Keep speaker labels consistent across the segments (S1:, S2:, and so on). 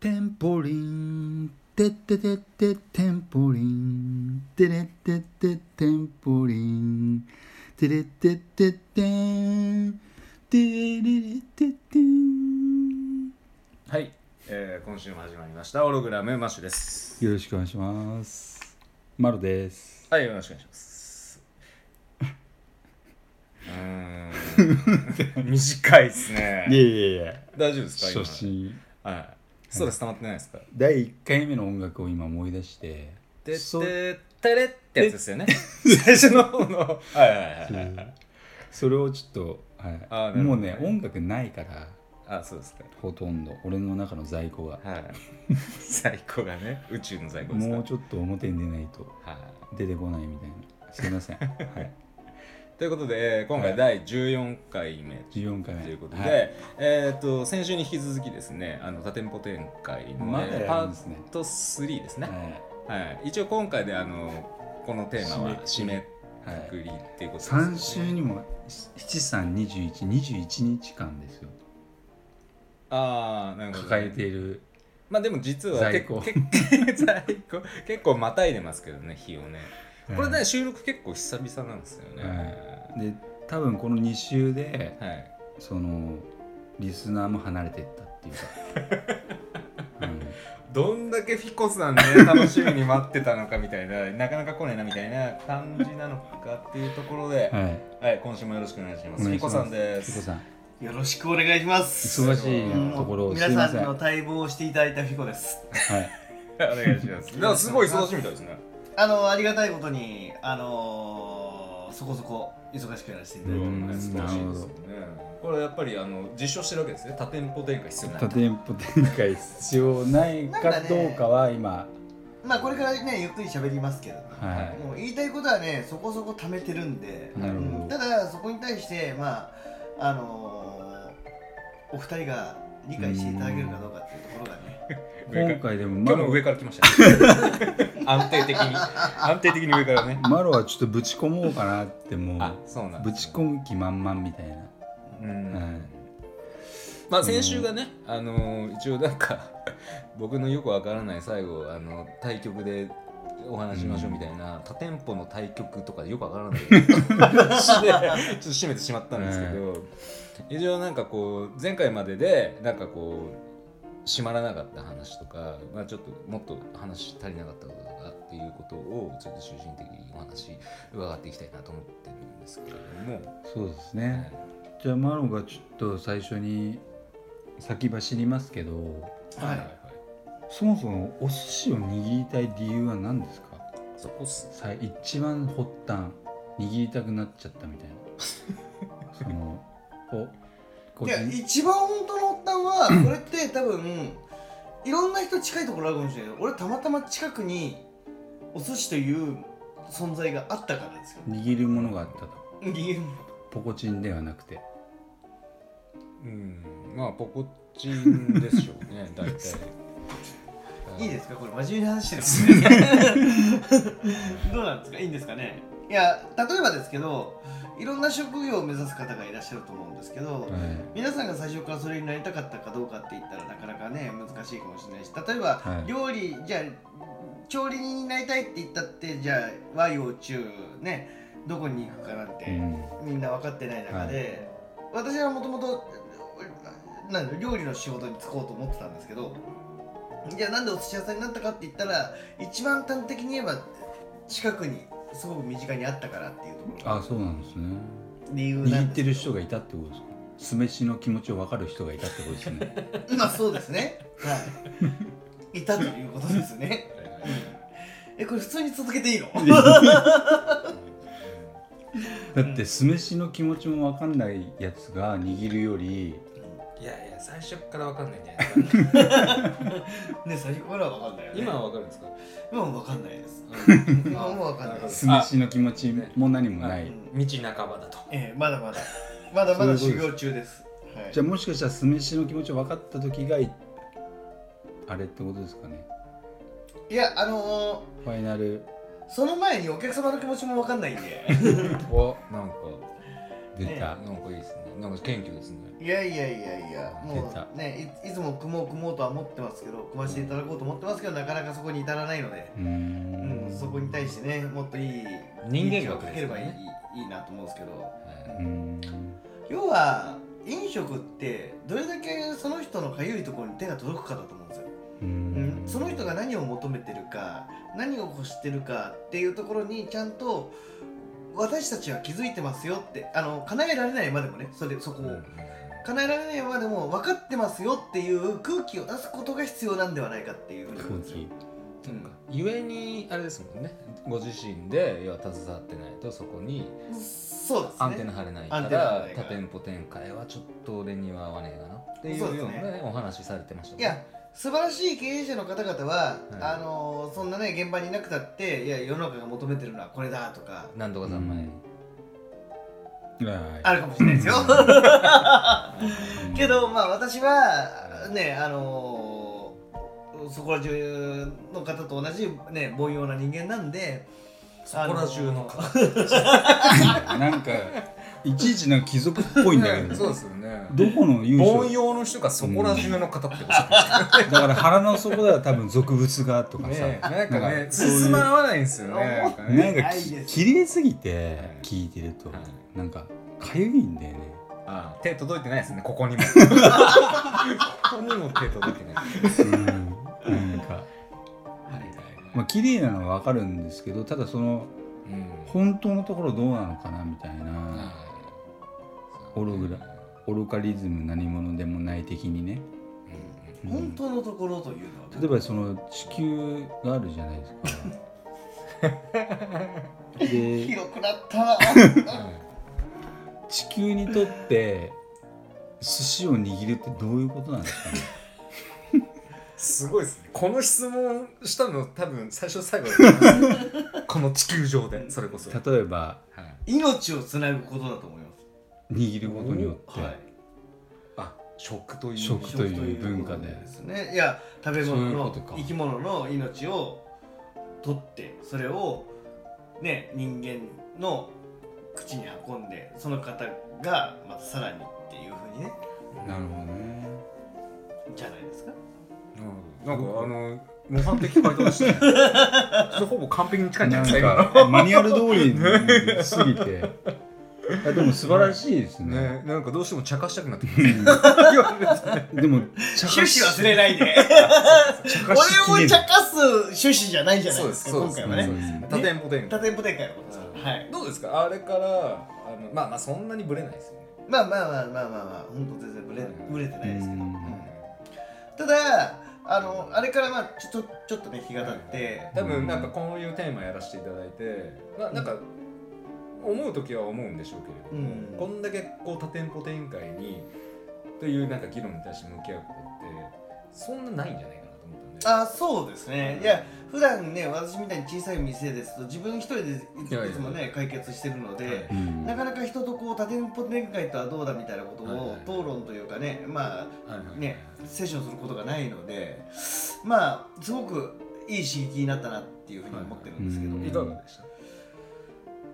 S1: テンポリンテッテテッテテンポリンテレッテッテテンポリンテレッテッテテンテレレテテン
S2: はい、えー今週も始まりましたオログラムマッシュです
S1: よろしくお願いしますマロです
S2: はいよろしくお願いしますうーん短いです
S1: いや
S2: ね
S1: いやいや
S2: 大丈夫ですか
S1: 初心
S2: 今はいストレス溜まってないですか
S1: 第1回目の音楽を今思い出して
S2: で
S1: そう
S2: ててれってやつですよね最初の方のはいはいはいはい、
S1: それをちょっと、は
S2: あーなる
S1: い、
S2: ほど
S1: もうね音楽ないから
S2: あそうですか
S1: ほとんど俺の中の在庫が
S2: はい最高がね宇宙の最高ですか
S1: もうちょっと表に出ないと
S2: はい
S1: 出てこないみたいなすいませ ん、はい、
S2: ということで、えー今回第14回目
S1: 14回目
S2: ということで、
S1: はい
S2: えー、と先週に引き続きですねあの多店舗展開の、
S1: まだ
S2: えー
S1: や
S2: パ
S1: るん
S2: ー
S1: ですね
S2: ト3ですね、
S1: はい
S2: はい一応今回であのこのテーマは締
S1: 締
S2: め
S1: め
S2: くくりっていうことですよね
S1: 3週にも732121日間ですよ
S2: ああなるほど
S1: 抱えている
S2: まあでも実は結構
S1: 在
S2: 結在庫結構またいでますけどね日をねこれ
S1: は
S2: ね
S1: い
S2: 収録結構久々なんですよね
S1: で多分この2週で
S2: はい、
S1: そのリスナーも離れてったっていうか、 うん
S2: どんだけフィコさんね楽しみに待ってたのかみたいな なかなか来ねえなみたいな感じなのかっていうところで、
S1: はい
S2: はい、今週もよろしくお願いします。
S1: お願
S2: み
S1: いしま
S2: こ
S1: す
S2: さんで
S1: ピコ
S2: す。
S1: さん
S3: よろしくお願いします。
S1: 忙しいところを
S3: もう
S1: すい
S3: 皆
S1: ま
S3: さ
S1: せん
S3: んの待望をしていただいたフィコです。
S1: はい
S2: お願いします。なんかすごい忙しいみたいですね。
S3: あのありがたいことにあのー、そこそこ忙しくやらせていただいており
S1: ん
S3: ます。
S2: 素晴らしいですよね。これやっぱりあの実証してるわけですね。多店舗展開必要ない
S1: 多。店舗展開必要ないかどうかは今
S3: まあこれからねゆっくり喋りますけど、
S1: はい
S3: もう言いたいことはねそこそこ貯めてるんで、
S1: なるほど
S3: うんただそこに対してまああのー、お二人が理解していただけるかどうかっていうところがね。
S1: 今回でもマ
S2: 今日も
S1: ロ
S2: 上から来ました、ね。安定的に安定的に上からね。
S1: マロはちょっとぶち込もうかなっても
S2: あ、
S1: う
S2: そうなん
S1: ぶ
S2: だ
S1: ち込む気満々みたいな
S2: うん
S1: はい
S2: まあ先週がね、あのー一応なんか 僕のよくわからない最後あの対局でお話ししましょうみたいな、多店舗の対局とかでよくわ からない話でちょっと締めてしまったんですけど、一応なんかこう前回まででなんかこう締まらなかった話とか、まあ、ちょっともっと話足りなかったこととかっていうことをちょっと中心的にお話伺っていきたいなと思ってるんですけれども。
S1: そうです
S2: は
S1: ね
S2: い
S1: じゃあマロがちょっと最初に先走りますけど
S3: はい
S1: そもそもお寿司を握りたい理由は何ですか
S2: そこっす
S1: さ一番発端握りたくなっちゃったみたいなそのおこ
S3: い
S1: じ
S3: や一番本当の 発端はこれって多分いろんな人近いところあるかもしれない俺たまたま近くにお寿司という存在があったからですよ
S1: 握るものがあったと
S3: 理由も
S1: ポコチンではなくて
S2: うん、まあポコチンでしょう ね大体
S3: いいですすかこれ真面目に話してるんどうなんですかいいんですかねいや例えばですけどいろんな職業を目指す方がいらっしゃると思うんですけど、
S1: はい
S3: 皆さんが最初からそれになりたかったかどうかって言ったらなかなかね難しいかもしれないし例えば、
S1: はい
S3: 料理じゃあ調理人になりたいって言ったってじゃあ和洋中ねどこに行くかなんて、
S1: うん
S3: みんな分かってない中で、私はもともとなんだ料理の仕事に就こうと思ってたんですけどじゃあなんでお寿司屋さんになったかって言ったら一番端的に言えば近くにすごく身近にあったからっていうところが
S1: あそうなんですね
S3: 理由なんです
S1: 握ってる人がいたってことですか酢飯の気持ちを分かる人がいたってことです ね
S3: まあそうですね。 はい。いたということですね。え、これ普通に続けていいの
S1: だって酢飯の気持ちも分かんないやつが握るより
S2: いやいや最初から分かんないんじゃないですか
S3: ね、最初からは分かんないよ ね。
S2: 今は分かるん ですか
S3: 今は分かんないです。
S2: うん
S3: 今はもう分かんないです。
S1: 酢飯の気持ちも何もな
S3: う
S1: い
S3: ん
S2: 道半ばだと
S3: ええまだまだ。まだまだ
S1: そういう
S3: 修
S1: こと
S3: 行中です。はい。
S1: じゃあもしかしたら酢飯の気持ちを分かった時がいあれってことですかね
S3: いや、あの
S1: ファイナル
S3: ー、その前にお客様の気持ちも分かんないんで。
S2: わなんか出た、
S3: ね
S2: なんかいいですねなんか謙虚ですね
S3: いやいやいやいやも
S2: 出た
S3: うねいいつも組もう組もうとは思ってますけど組ませていただこうと思ってますけどなかなかそこに至らないので、
S1: う
S3: うん
S1: ん
S3: そこに対してねもっといい
S2: 人間力
S3: をか
S2: で
S3: け
S2: す
S3: れ
S2: か
S3: ば
S2: ら
S3: いい,、
S2: ね
S3: いいなと思うんですけど
S2: は
S1: うん
S3: 要は飲食ってどれだけその人のかゆいところに手が届くかだと思うんですよ、
S1: う
S3: うん
S1: ん、
S3: その人が何を求めてるか何を欲してるかっていうところにちゃんと私たちは気づいてますよってあの叶えられないまでもねそれそこを、
S2: いうん
S3: 叶えられないまでも分かってますよっていう空気を出すことが必要なんではないかっていうふうに思う
S1: 空
S3: んですよ
S1: 気
S2: なんか故にあれですもんねご自身で要は携わってないとそこに
S3: うんそうですね
S2: アンテナ張れないか
S3: アンテナ張
S2: ら
S3: れないか
S2: 多
S3: ら
S2: 店舗展開はちょっと俺には合わねえかなっていう
S3: そうです
S2: よう
S3: ね
S2: な、ね、お話されてましたね
S3: いや素晴らしい経営者の方々は、
S2: はい
S3: あのそんなね現場にいなくたっていや世の中が求めてるのはこれだとか
S2: なんとか三枚、
S1: はい
S3: あるかもしれないですよけどまあ私はねあのそこら中の方と同じね凡庸な人間なんで
S2: そこら中の
S3: あ
S1: なんかいちいちなんか貴族っぽいんだけど、
S2: そうですよね
S1: どこの優
S2: 凡
S1: 勝
S2: 庸の人がそこら中の方っておっしゃってました
S1: だから腹の底では多分俗物がとかさ、
S2: ねなんかね
S1: そういう
S2: 進まわないんですよねなんかね
S1: なんか
S3: ない
S1: き
S3: です
S1: 切れすぎて
S2: はい
S1: 聞いてると、
S2: は
S1: なんかかゆいんだよね
S2: あ手届いてないですねここにもここにも手届いてないはい
S1: うんなんかまあ綺麗なのはわかるんですけどただその
S2: うん
S1: 本当のところどうなのかなみたいな
S2: はい
S1: オログラ愚かリズム何者でもない的にね
S2: うん
S3: の本当のところというのは
S1: 例えばその地球があるじゃないですかで
S3: 広くなったな
S2: はい
S1: 地球にとって寿司を握るってどういうことなんですかね
S2: すごいですねこの質問したの多分最初最後だと思いますこの地球上でそれこ そ
S1: 例えば
S2: はい
S3: 命をつなぐことだと思いま
S1: 握ることによって、
S3: すはい
S2: あ食という
S1: 食という文化で
S3: ですねいや食べ
S1: そ
S3: 物
S1: ういう
S3: の
S1: ことか
S3: 生き物の命を取ってそれをね人間の口に運んでその方がまたさらにっていうふうにね
S1: なるほどね
S3: じゃないですか
S2: うんなんかあの模範的回答で したねそれほぼ完璧に近いんじゃ
S1: な
S2: ない
S1: ん
S2: ですか今
S1: かマニュアル通りにすぎて あでも素晴らしいです
S2: の
S1: ね
S2: ねなんかどうしても茶化したくなってきますね言われるとね
S1: でも茶
S3: 趣
S1: 化
S3: 旨
S1: し
S3: 忘れない で
S1: 茶
S3: 俺
S1: 化しき
S3: を
S1: れ
S3: 茶
S1: ない
S3: 化す趣旨じゃないじゃない
S2: そう
S3: で
S2: ですす
S3: か
S2: そう
S3: 今
S2: です
S3: 回
S2: そう
S3: はね
S2: です多店舗展
S3: 多
S2: 開
S3: 店舗展開のことですはい
S2: どうですかあれからあのまあまあそんなにブレないですよね
S3: まあまあまあまあまあまあ本当全然ブレブレてないですけど
S1: うん
S3: うんただあのあれからまあちょっとちょっとね日が経って
S2: 多分なんかこういうテーマやらせていただいて、まあ、なんか思う時は思うんでしょうけれども、
S3: うん
S2: こんだけこう多店舗展開にというなんか議論に対して向き合うことってそんなないんじゃないかなと思ったんで
S3: あそうですねいや普段ね私みたいに小さい店ですと自分一人でい
S2: いやいや
S3: いつもね解決してるので、
S2: はい
S1: うん
S3: なかなか人とこう多店舗展開とはどうだみたいなこと
S2: はいはいは
S3: を
S2: い
S3: 討論というかねま
S2: はいはいは
S3: あ
S2: い
S3: ねセッションすることがないのでまあすごくいい刺激になったなっていうふうに思ってるんですけど、
S1: はい
S2: かがでした、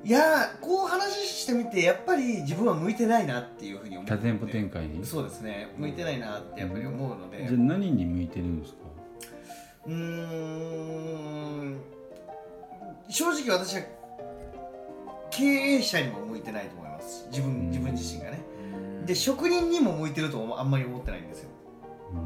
S3: いやーこう話してみてやっぱり自分は向いてないなっていうふうに思って
S1: 多店舗展開にじ
S3: そうですね向いてないなってやっぱり思うので、
S1: ゃあ何に向いてるんですか
S3: うーん正直私は経営者にも向いてないと思います自
S1: うん
S3: 分自分自身がねで職人にも向いてると思うあんまり思ってないんですよ、
S1: うん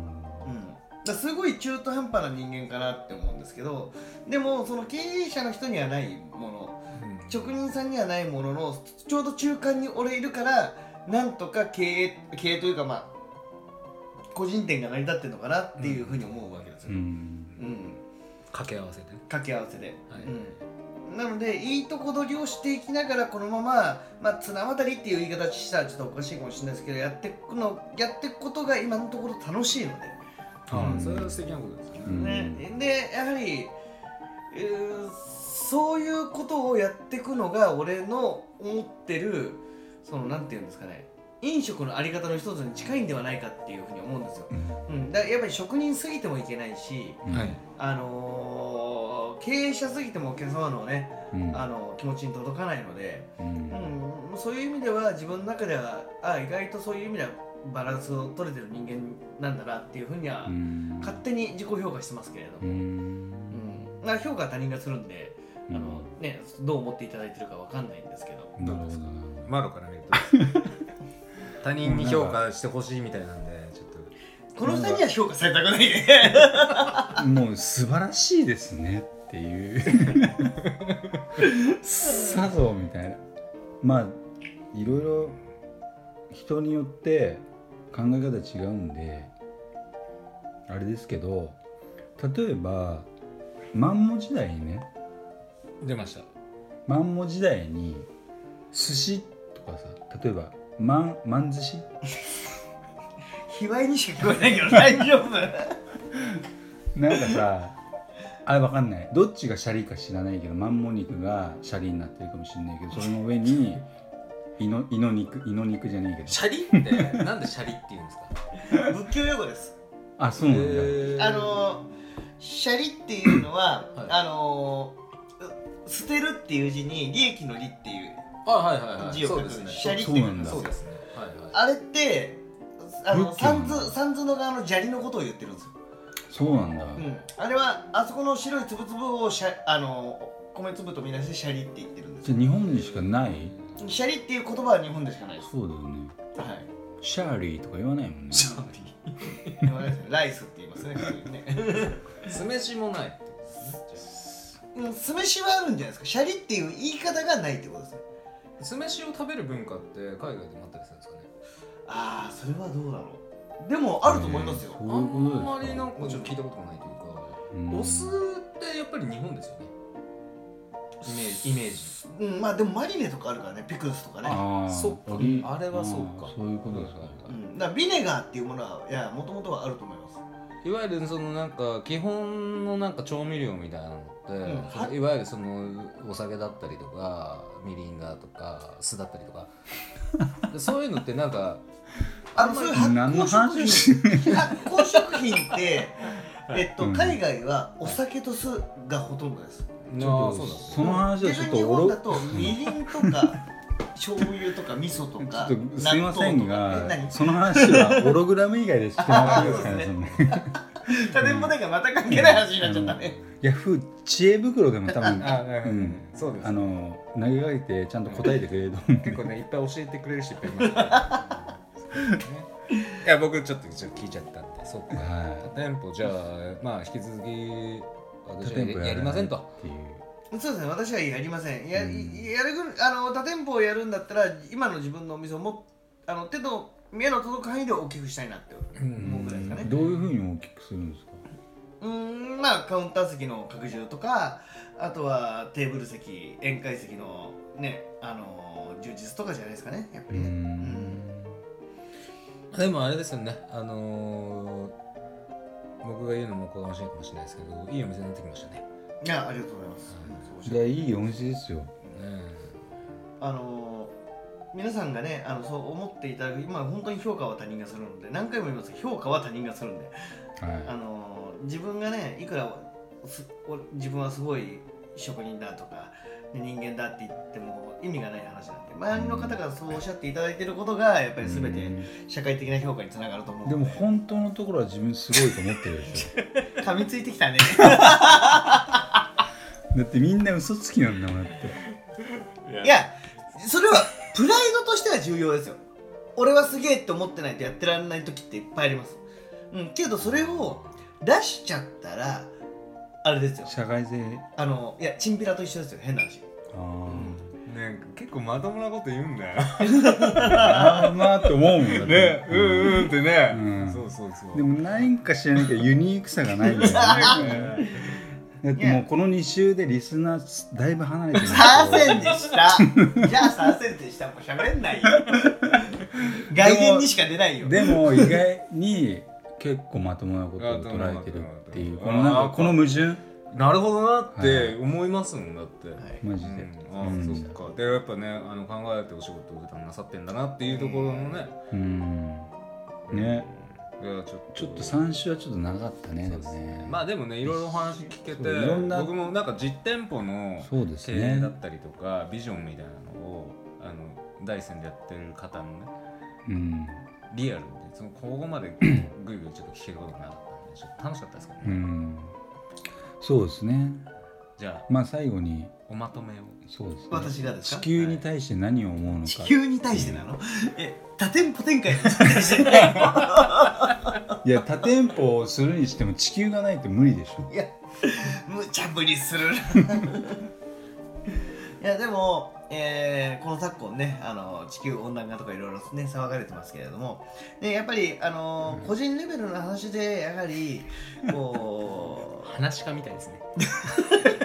S3: うん、だからすごい中途半端な人間かなって思うんですけどでもその経営者の人にはないもの職人さんにはないもののちょうど中間に俺いるからなんとか経営経営というかまあ個人店が成り立ってるのかなっていうふうに思うわけですよ、
S1: うん
S3: うん
S2: 掛け合わせてね
S3: 掛け合わせで、
S2: はい
S3: うん、なのでいいとこ取りをしていきながらこのまま、まあ、綱渡りっていう言い方したらちょっとおかしいかもしれないですけどやってくのやってくことが今のところ楽しいの
S2: ああそれは素敵なことですね、
S1: うん
S3: で、ねでやはり、えーそういうことをやっていくのが俺の思ってるそのなんて言うんですかね飲食のあり方の一つに近いんではないかっていうふうに思うんですよ。うん、だやっぱり職人すぎてもいけないし、
S1: うん
S2: はい
S3: あのの経営者すぎてもお客様のね
S1: うん
S3: あの気持ちに届かないので、
S1: うん
S3: うん、そういう意味では自分の中ではあ意外とそういう意味ではバランスを取れてる人間なんだなっていうふうには、
S1: うん
S3: 勝手に自己評価してますけれど
S1: う
S3: も、
S1: ん
S3: うんまあ評価は他人がするんで、
S1: うん
S3: あのね、どう思っていただいてるかわかんないんですけど、
S1: な
S2: ど
S1: る
S2: う
S1: ほ
S2: ですか
S1: ど
S2: マロから見ると 他人に評価してほしいみたいなんでちょっと
S3: この2人には評価されたくないね。
S1: もう素晴らしいですねって いうさぞみたいなまあいろいろ人によって考え方違うんであれですけど例えばマンモ時代にね
S2: 出ました
S1: マンモ時代に寿司とかさ例えばマンマン寿司
S3: 卑猥にしか聞こえないけど大丈夫
S1: なんかさあれわかんないどっちがシャリか知らないけどマンモ肉がシャリになってるかもしれないけどそれの上に胃の胃の肉胃の肉じゃねえけど
S2: シャリって なんでシャリって言うんですか
S3: 仏教用語です。
S1: あそうなんだ、
S3: あのシャリっていうのは、
S2: はい
S3: あのう捨てるっていう字に利益の利っていう
S2: あはいはいはい
S3: 字を書
S2: そう
S3: く
S2: ですね
S3: シャリっ
S1: そ
S3: て
S1: うなんだ
S2: そうですねはい
S3: あれってあの
S1: 仏教
S3: サ
S1: な
S3: ン
S1: んだ
S3: ズサンズの側の砂利のことを言ってるんですよ、
S1: そうなんだ、
S3: うん、あれはあそこの白い粒々をシャあの米粒とみなしてシャリって言ってるんで
S1: じ
S3: す
S1: ゃ
S3: よ
S1: あ日本にしかない
S3: シャリっていう言葉は日本でしかないです、
S1: そうだよね
S3: はい
S1: シャーリーとか言わないもんね
S2: シャリ
S3: でもあれですね、ライスって言いますね普通にね
S2: 酢飯もないってことですね
S3: うん酢飯はあるんじゃないですかシャリっていう言い方がないってことですね
S2: 酢飯を食べる文化って海外でもあったりするんですかね
S3: ああそれはどうだろうでもあると思いますよ、
S1: えー
S2: あ
S1: そういうことです
S2: ん
S1: か
S2: まりなんかちょっと聞いたことがないというか、
S1: うん
S2: お酢ってやっぱり日本ですよねイメージイメージ
S3: うん、まあでもマリネとかあるからねピクルスとかね、
S1: あー
S2: そっか
S1: オリ
S2: あれはそうか
S1: あーそういうことですか
S3: うん、だからビネガーっていうものはいやもともとはあると思います
S2: いわゆるそのなんか基本のなんか調味料みたいなのって、
S3: ん
S2: そのいわゆるそのお酒だったりとかみりんだとか酢だったりとかそういうのってなん か
S3: あのそういう発
S1: 何の
S3: 酵
S1: 話
S3: 食品発酵食品って、えっと、
S1: うん
S3: 海外はお酒と酢がほとんどです
S1: ちょっとその話はちょっと
S3: 日
S1: お
S3: 本
S1: ろ
S3: だとみりん とか醤油とか味噌とか
S1: ちょっとすいません
S3: 納
S1: が
S3: 豆とかえ
S1: その話は オログラム以外でしてもらってください
S3: あー
S1: ねそうの
S3: そ何家電もなんかまた関係ない話になっちゃった
S1: あ
S3: ね
S1: のヤフー知恵袋でも多分うん
S2: そうで
S1: あの投げかけてちゃんと答えてくれると思
S2: 結構ねいっぱい教えてくれる人いっぱいいますからね いや僕ちょっとちょっと聞いちゃったんでそう
S1: う。
S2: か
S1: は
S2: 多店舗じゃあまあ引き続き
S1: い。
S2: 私はやりやりませんと
S1: っていう。
S3: そうですね私はやりませんや,、
S1: うん
S3: やるぐあの他店舗をやるんだったら今の自分のお店をもあの手と目の届く範囲で大きくしたいなって思うぐらいですかね
S1: どういうふうに大きくするんですか。
S3: うーんまあカウンター席の拡充とかあとはテーブル席宴会席のねあの充実とかじゃないですかねやっぱりね
S2: でもあれですよねあのー僕が言うのもおこがましいかもしれないですけどいいお店になってきましたね
S3: いやありがとうございます、うんそうおっしゃ
S1: じゃ
S3: る
S1: あいいお店ですよ。
S3: あの皆さんがねあのそう思っていただく今本当に評価は他人がするので何回も言いますけど評価は他人がするんであ
S1: は
S3: のー自分がねいくらすお自分はすごい職人だとかね人間だって言っても意味がない話なんで周りの方がそうおっしゃっていただいてることがやっぱ
S1: い。
S3: り全て社会的な評価につながると思う
S1: でも
S3: の
S1: 本当のところは自分すごいと思ってるでしょ。
S3: 噛みついてきたね
S1: だってみんな嘘つきなんだもんだって。
S3: いやそれはプライドとしては重要ですよ俺はすげえって思ってないとやってられない時っていっぱいありますうんけどそれを出しちゃったらあれですよ
S1: 社会性。
S3: あのいやチンピラと一緒ですよ変な話
S1: あ
S2: ね結構まともなこと言うんだよ
S1: あ。あーまあと思うもんだって。
S2: ねうんうんってね、
S1: うん
S2: そうそうそう
S1: でも何か知らないけどユニークさがないんだよね。だってもうこの2週でリスナーだいぶ離れてる
S3: させんで した。じゃあさせんでした。もう喋れないよ。外伝にしか出ないよ。
S1: でも意外に結構まともなことを捉えてるっていうこのなんかこの矛盾
S2: なるほどなって思いますもんだって、
S3: はい
S1: マジ
S2: う
S1: で
S2: ん、あ
S1: うん
S2: そっかでやっぱねあの考えてお仕事を普段なさってんだなっていうところのね、
S1: うんね
S2: うんがちょっと
S1: ちょっと三週はちょっと長かったね
S2: そうです
S1: でもね
S2: ねまあでもねいろいろお話聞けて
S1: そういろんな
S2: 僕もなんか実店舗の
S1: そうです
S2: 経
S1: ね
S2: 営だったりとか、ビジョンみたいなのをあの大山でやってる方のね
S1: うん
S2: リアルでそのここまでぐいぐいちょっと聞けることがなかったんでちょっと楽しかったですけどね、
S1: うんそうですね
S2: じゃあ
S1: まあ最後に
S2: おまとめを
S1: そうですね
S3: 私がです
S1: 地
S3: か
S1: 球に対して何を思うのか
S3: 地球に対してなのえ多店舗展開の地球に対してないの
S1: いや多店舗をするにしても地球がないと無理でしょ
S3: いや無茶ぶりする ないやでも、えーこの昨今ねあの地球温暖化とかいろいろね騒がれてますけれども、ね、やっぱりあの、個人レベルの話でやはり こう
S2: 話し家みたいですね
S3: 例え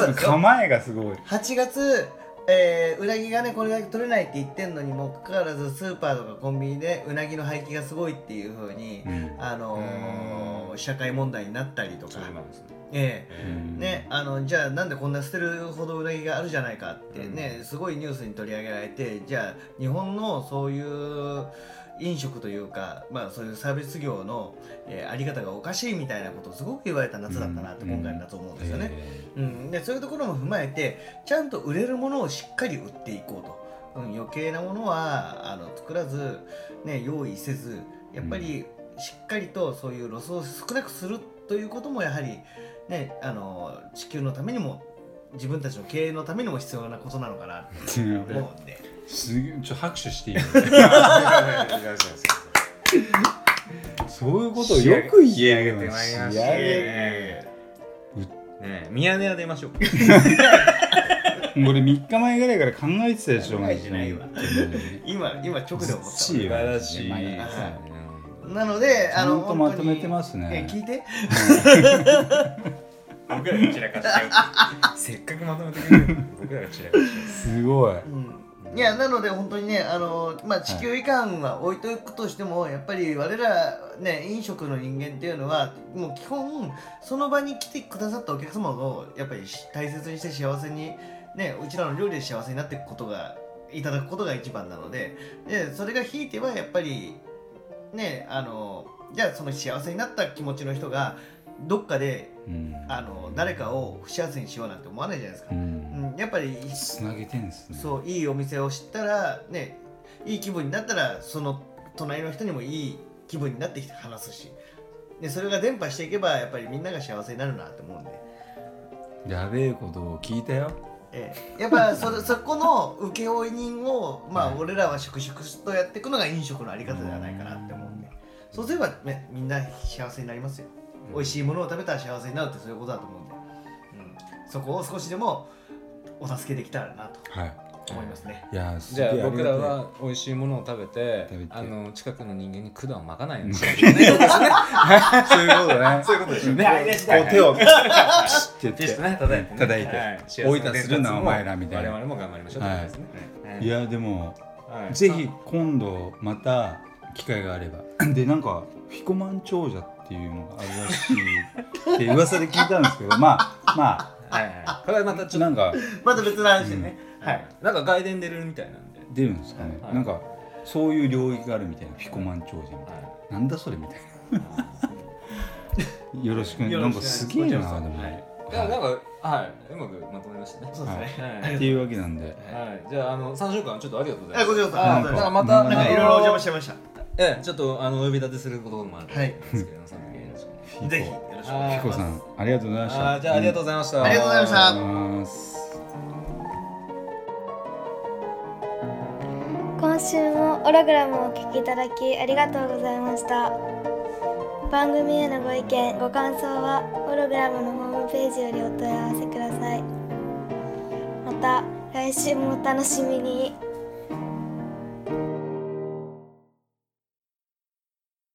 S3: ばですよ
S1: 構えがすごい
S3: 8月、えーうなぎがねこれだけ取れないって言ってんのにもかかわらずスーパーとかコンビニでうなぎの廃棄がすごいっていうふうに、
S1: うん
S3: あのー
S2: うん
S3: 社会問題になったりとか
S2: そう、なんですね、
S3: ええ
S2: え
S1: うん
S3: ねあのじゃあなんでこんな捨てるほどうなぎがあるじゃないかってね、すごいニュースに取り上げられてじゃあ日本のそういう飲食というか、まあ、そういうサービス業の、えーあり方がおかしいみたいなことをすごく言われた夏だったなって今回だと思うんですよね。うん、でそういうところも踏まえてちゃんと売れるものをしっかり売っていこうと、うん、余計なものはあの作らず、ね、用意せずやっぱりしっかりとそういうロスを少なくするということもやはり、ね、あの地球のためにも自分たちの経営のためにも必要なことなのかなと思うんで
S1: すげえちょ拍手していい
S2: こ
S1: そういうことをよく言え
S2: て
S1: る
S2: まいりま
S1: 仕
S2: した
S1: 上げ
S2: ねねミヤネ屋出ましょう
S1: 俺3日前ぐらいから考えてたでしょ
S3: 考えてないわ
S1: うん
S3: 今今直で思った
S1: 土
S3: わ
S1: 素晴らしい
S2: 素晴
S3: は
S2: うん
S3: なのであ
S1: ち
S3: の
S1: ゃんとまとめてますね
S3: 本当にえ聞いて
S2: 僕らが散らかしてるせっかくまとめてくれるのに僕らが散らかしてる
S1: すごい
S3: うんいやなので本当にねあの、まあ、地球移管は置いとくとしても、やっぱり我ら、ね、飲食の人間っていうのはもう基本その場に来てくださったお客様をやっぱりし大切にして幸せに、ね、うちらの料理で幸せになっていくことがいただくことが一番なのででそれがひいてはやっぱりねあのじゃあその幸せになった気持ちの人がどっかで
S1: うん
S3: あの誰かを不幸せにしようなんて思わないじゃないです
S1: う
S3: か。
S1: ん
S3: うん、やっぱり
S1: つなげてんですね
S3: そういいお店を知ったらねいい気分になったらその隣の人にもいい気分になってきて話すしでそれが伝播していけばやっぱりみんなが幸せになるなって思うんで、
S1: やべえことを聞いたよ
S3: ええやっぱそれそこの請負人をまあ俺らは粛々とやっていくのが飲食のあり方ではないかなって思うんでそうすれば、ね、みんな幸せになりますよ美味しいものを食べたら幸せになるってそういうことだと思うんで、うん、そこを少しでもお助けできたらなと
S1: はい
S3: 思いますね。
S1: いや
S2: じゃあ僕ら
S1: あ
S2: は美味しいものを食べて
S1: 食べて
S2: あの近くの人間に管を巻かないようにし
S1: りがたいねそういうことねそういうことでしょ
S2: あれですね
S1: こう手 をピシッて
S2: て
S1: やって
S2: ね叩いてね
S1: 叩いて
S2: はい
S1: 老いたするなお前らみたいな
S2: 我々も頑張りましょう
S1: はい
S2: ってことですね
S1: いやでも
S2: はい
S1: ぜひ今度また機会があればでなんかフィコマン長者っていうのがあるらしいって噂で聞いたんですけど まあま
S2: はいはいこれはまた
S1: あ
S2: ちょっ
S1: なんか
S3: また別の話でね、
S2: とはいなんか外伝出るみたいなんで
S1: 出るんですかね、
S2: はい
S1: なんかそういう領域があるみたいなフィコマン長者みたいな、なんだそれみたいなよろしくね
S3: よ
S1: な
S3: ろ
S1: ん
S3: しく
S1: か
S3: ね
S1: すげえなでも、
S2: はいいやなんかはいうまくまとめましたね
S3: そうですね、
S2: はい
S1: っていうわけなんで
S2: はいじゃああの3週間ちょっとありがとうござ
S3: あ
S2: い
S3: ご
S2: ます
S3: ちそうさ
S1: あ
S3: ま
S1: な
S3: で
S1: んか
S2: また
S3: した。なんかいろいろお邪魔してました。
S2: ええちょっとあのお呼び立てすることもあると思うんですけどその時はよろしくお願いします
S3: ぜひよろしくお
S1: フ
S3: 願い
S1: ィ
S3: し
S1: コ
S3: ます
S1: さ。んありがとうございました
S2: あーじゃあありがとうございました
S3: ありがとうございました
S1: ありがとうございます
S4: 今週もオログラムをお聞きいただきありがとうございました番組へのご意見ご感想はオログラムのホームページよりお問い合わせくださいまた来週もお楽しみに